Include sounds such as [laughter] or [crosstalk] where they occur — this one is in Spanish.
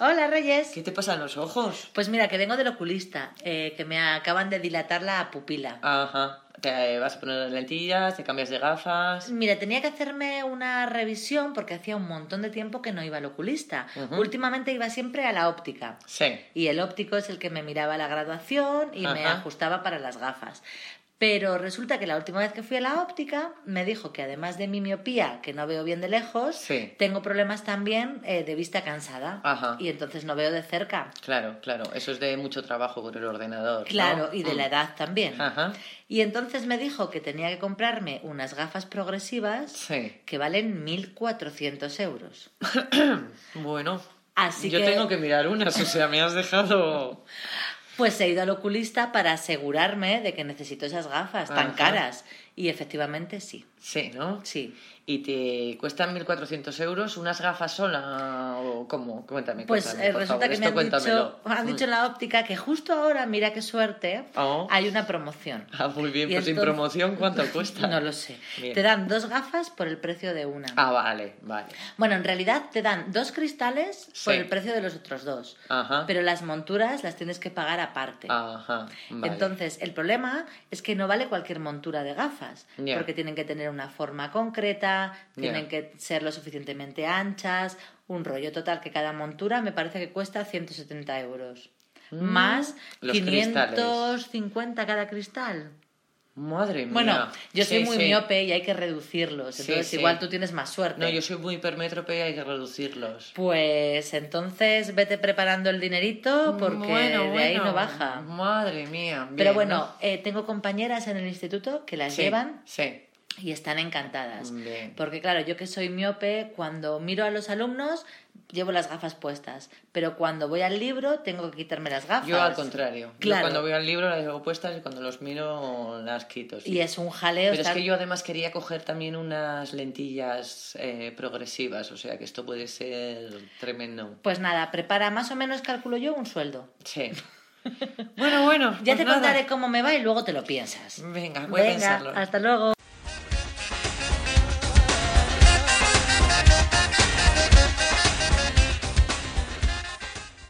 Hola, Reyes. Eh, ¿Qué te pasa en los ojos? Pues mira, que vengo del oculista, eh, que me acaban de dilatar la pupila. Ajá. Te vas a poner las lentillas, te cambias de gafas. Mira, tenía que hacerme una revisión porque hacía un montón de tiempo que no iba al oculista. Ujú. Últimamente iba siempre a la óptica. Sí. Y el óptico es el que me miraba la graduación y me Ajá. ajustaba para las gafas. Pero resulta que la última vez que fui a la óptica me dijo que además de mi miopía, que no veo bien de lejos, Sí. tengo problemas también eh, de vista cansada. Ajá. Y entonces no veo de cerca. Claro, claro. Eso es de mucho trabajo con el ordenador. ¿no? Claro, y de la Mm. edad también. Ajá. Y entonces me dijo que tenía que comprarme unas gafas progresivas Sí. que valen 1.400 euros. Bueno. Así yo que- tengo que mirar unas, o sea, me has dejado. Pues he ido al oculista para asegurarme de que necesito esas gafas tan Ajá. caras. Y efectivamente sí, Sí, ¿no? sí. ¿Y te cuestan 1.400 euros unas gafas sola o cómo? Cuéntame. Pues cuéntame, eh, por resulta favor. que me Esto han dicho, cuéntamelo. han dicho en la óptica que justo ahora, mira qué suerte, Oh. hay una promoción. Ah, muy bien, Y pues sin entonces- promoción, ¿cuánto cuesta? [laughs] No lo sé. Bien. Te dan dos gafas por el precio de una. Ah, vale, vale. Bueno, en realidad te dan dos cristales por Sí. el precio de los otros dos. Ajá. Pero las monturas las tienes que pagar aparte. Ajá. Ah, Vale. Entonces, el problema es que no vale cualquier montura de gafas, Ya. porque tienen que tener una forma concreta, Ya. tienen que ser lo suficientemente anchas, un rollo total que cada montura me parece que cuesta 170 euros. Más Mm, Los 550 cada cristal. Madre mía. Bueno, yo soy Sí, muy sí. miope y hay que reducirlos, Sí, entonces sí. igual tú tienes más suerte. No, yo soy muy hipermétrope y hay que reducirlos. Pues entonces vete preparando el dinerito porque de ahí bueno, no baja. Madre mía. bien, Pero bueno, ¿no? eh, tengo compañeras en el instituto que las Sí, Mm. llevan pues, Sí. y están encantadas. Bien. Porque claro, yo que soy miope, cuando miro a los alumnos llevo las gafas puestas, pero cuando voy al libro tengo que quitarme las gafas. Yo al contrario. Yo Claro. cuando veo el libro las llevo puestas y cuando los miro las quito. sí. Y es un jaleo. Pero es estar- que yo además quería coger también unas lentillas eh, progresivas, o sea que esto puede ser tremendo. Pues nada, prepara más o menos, calculo yo, un sueldo. [laughs] Sí. bueno, bueno. Ya pues te nada. contaré cómo me va y luego te lo piensas. Venga, voy a Venga, pensarlo. hasta luego.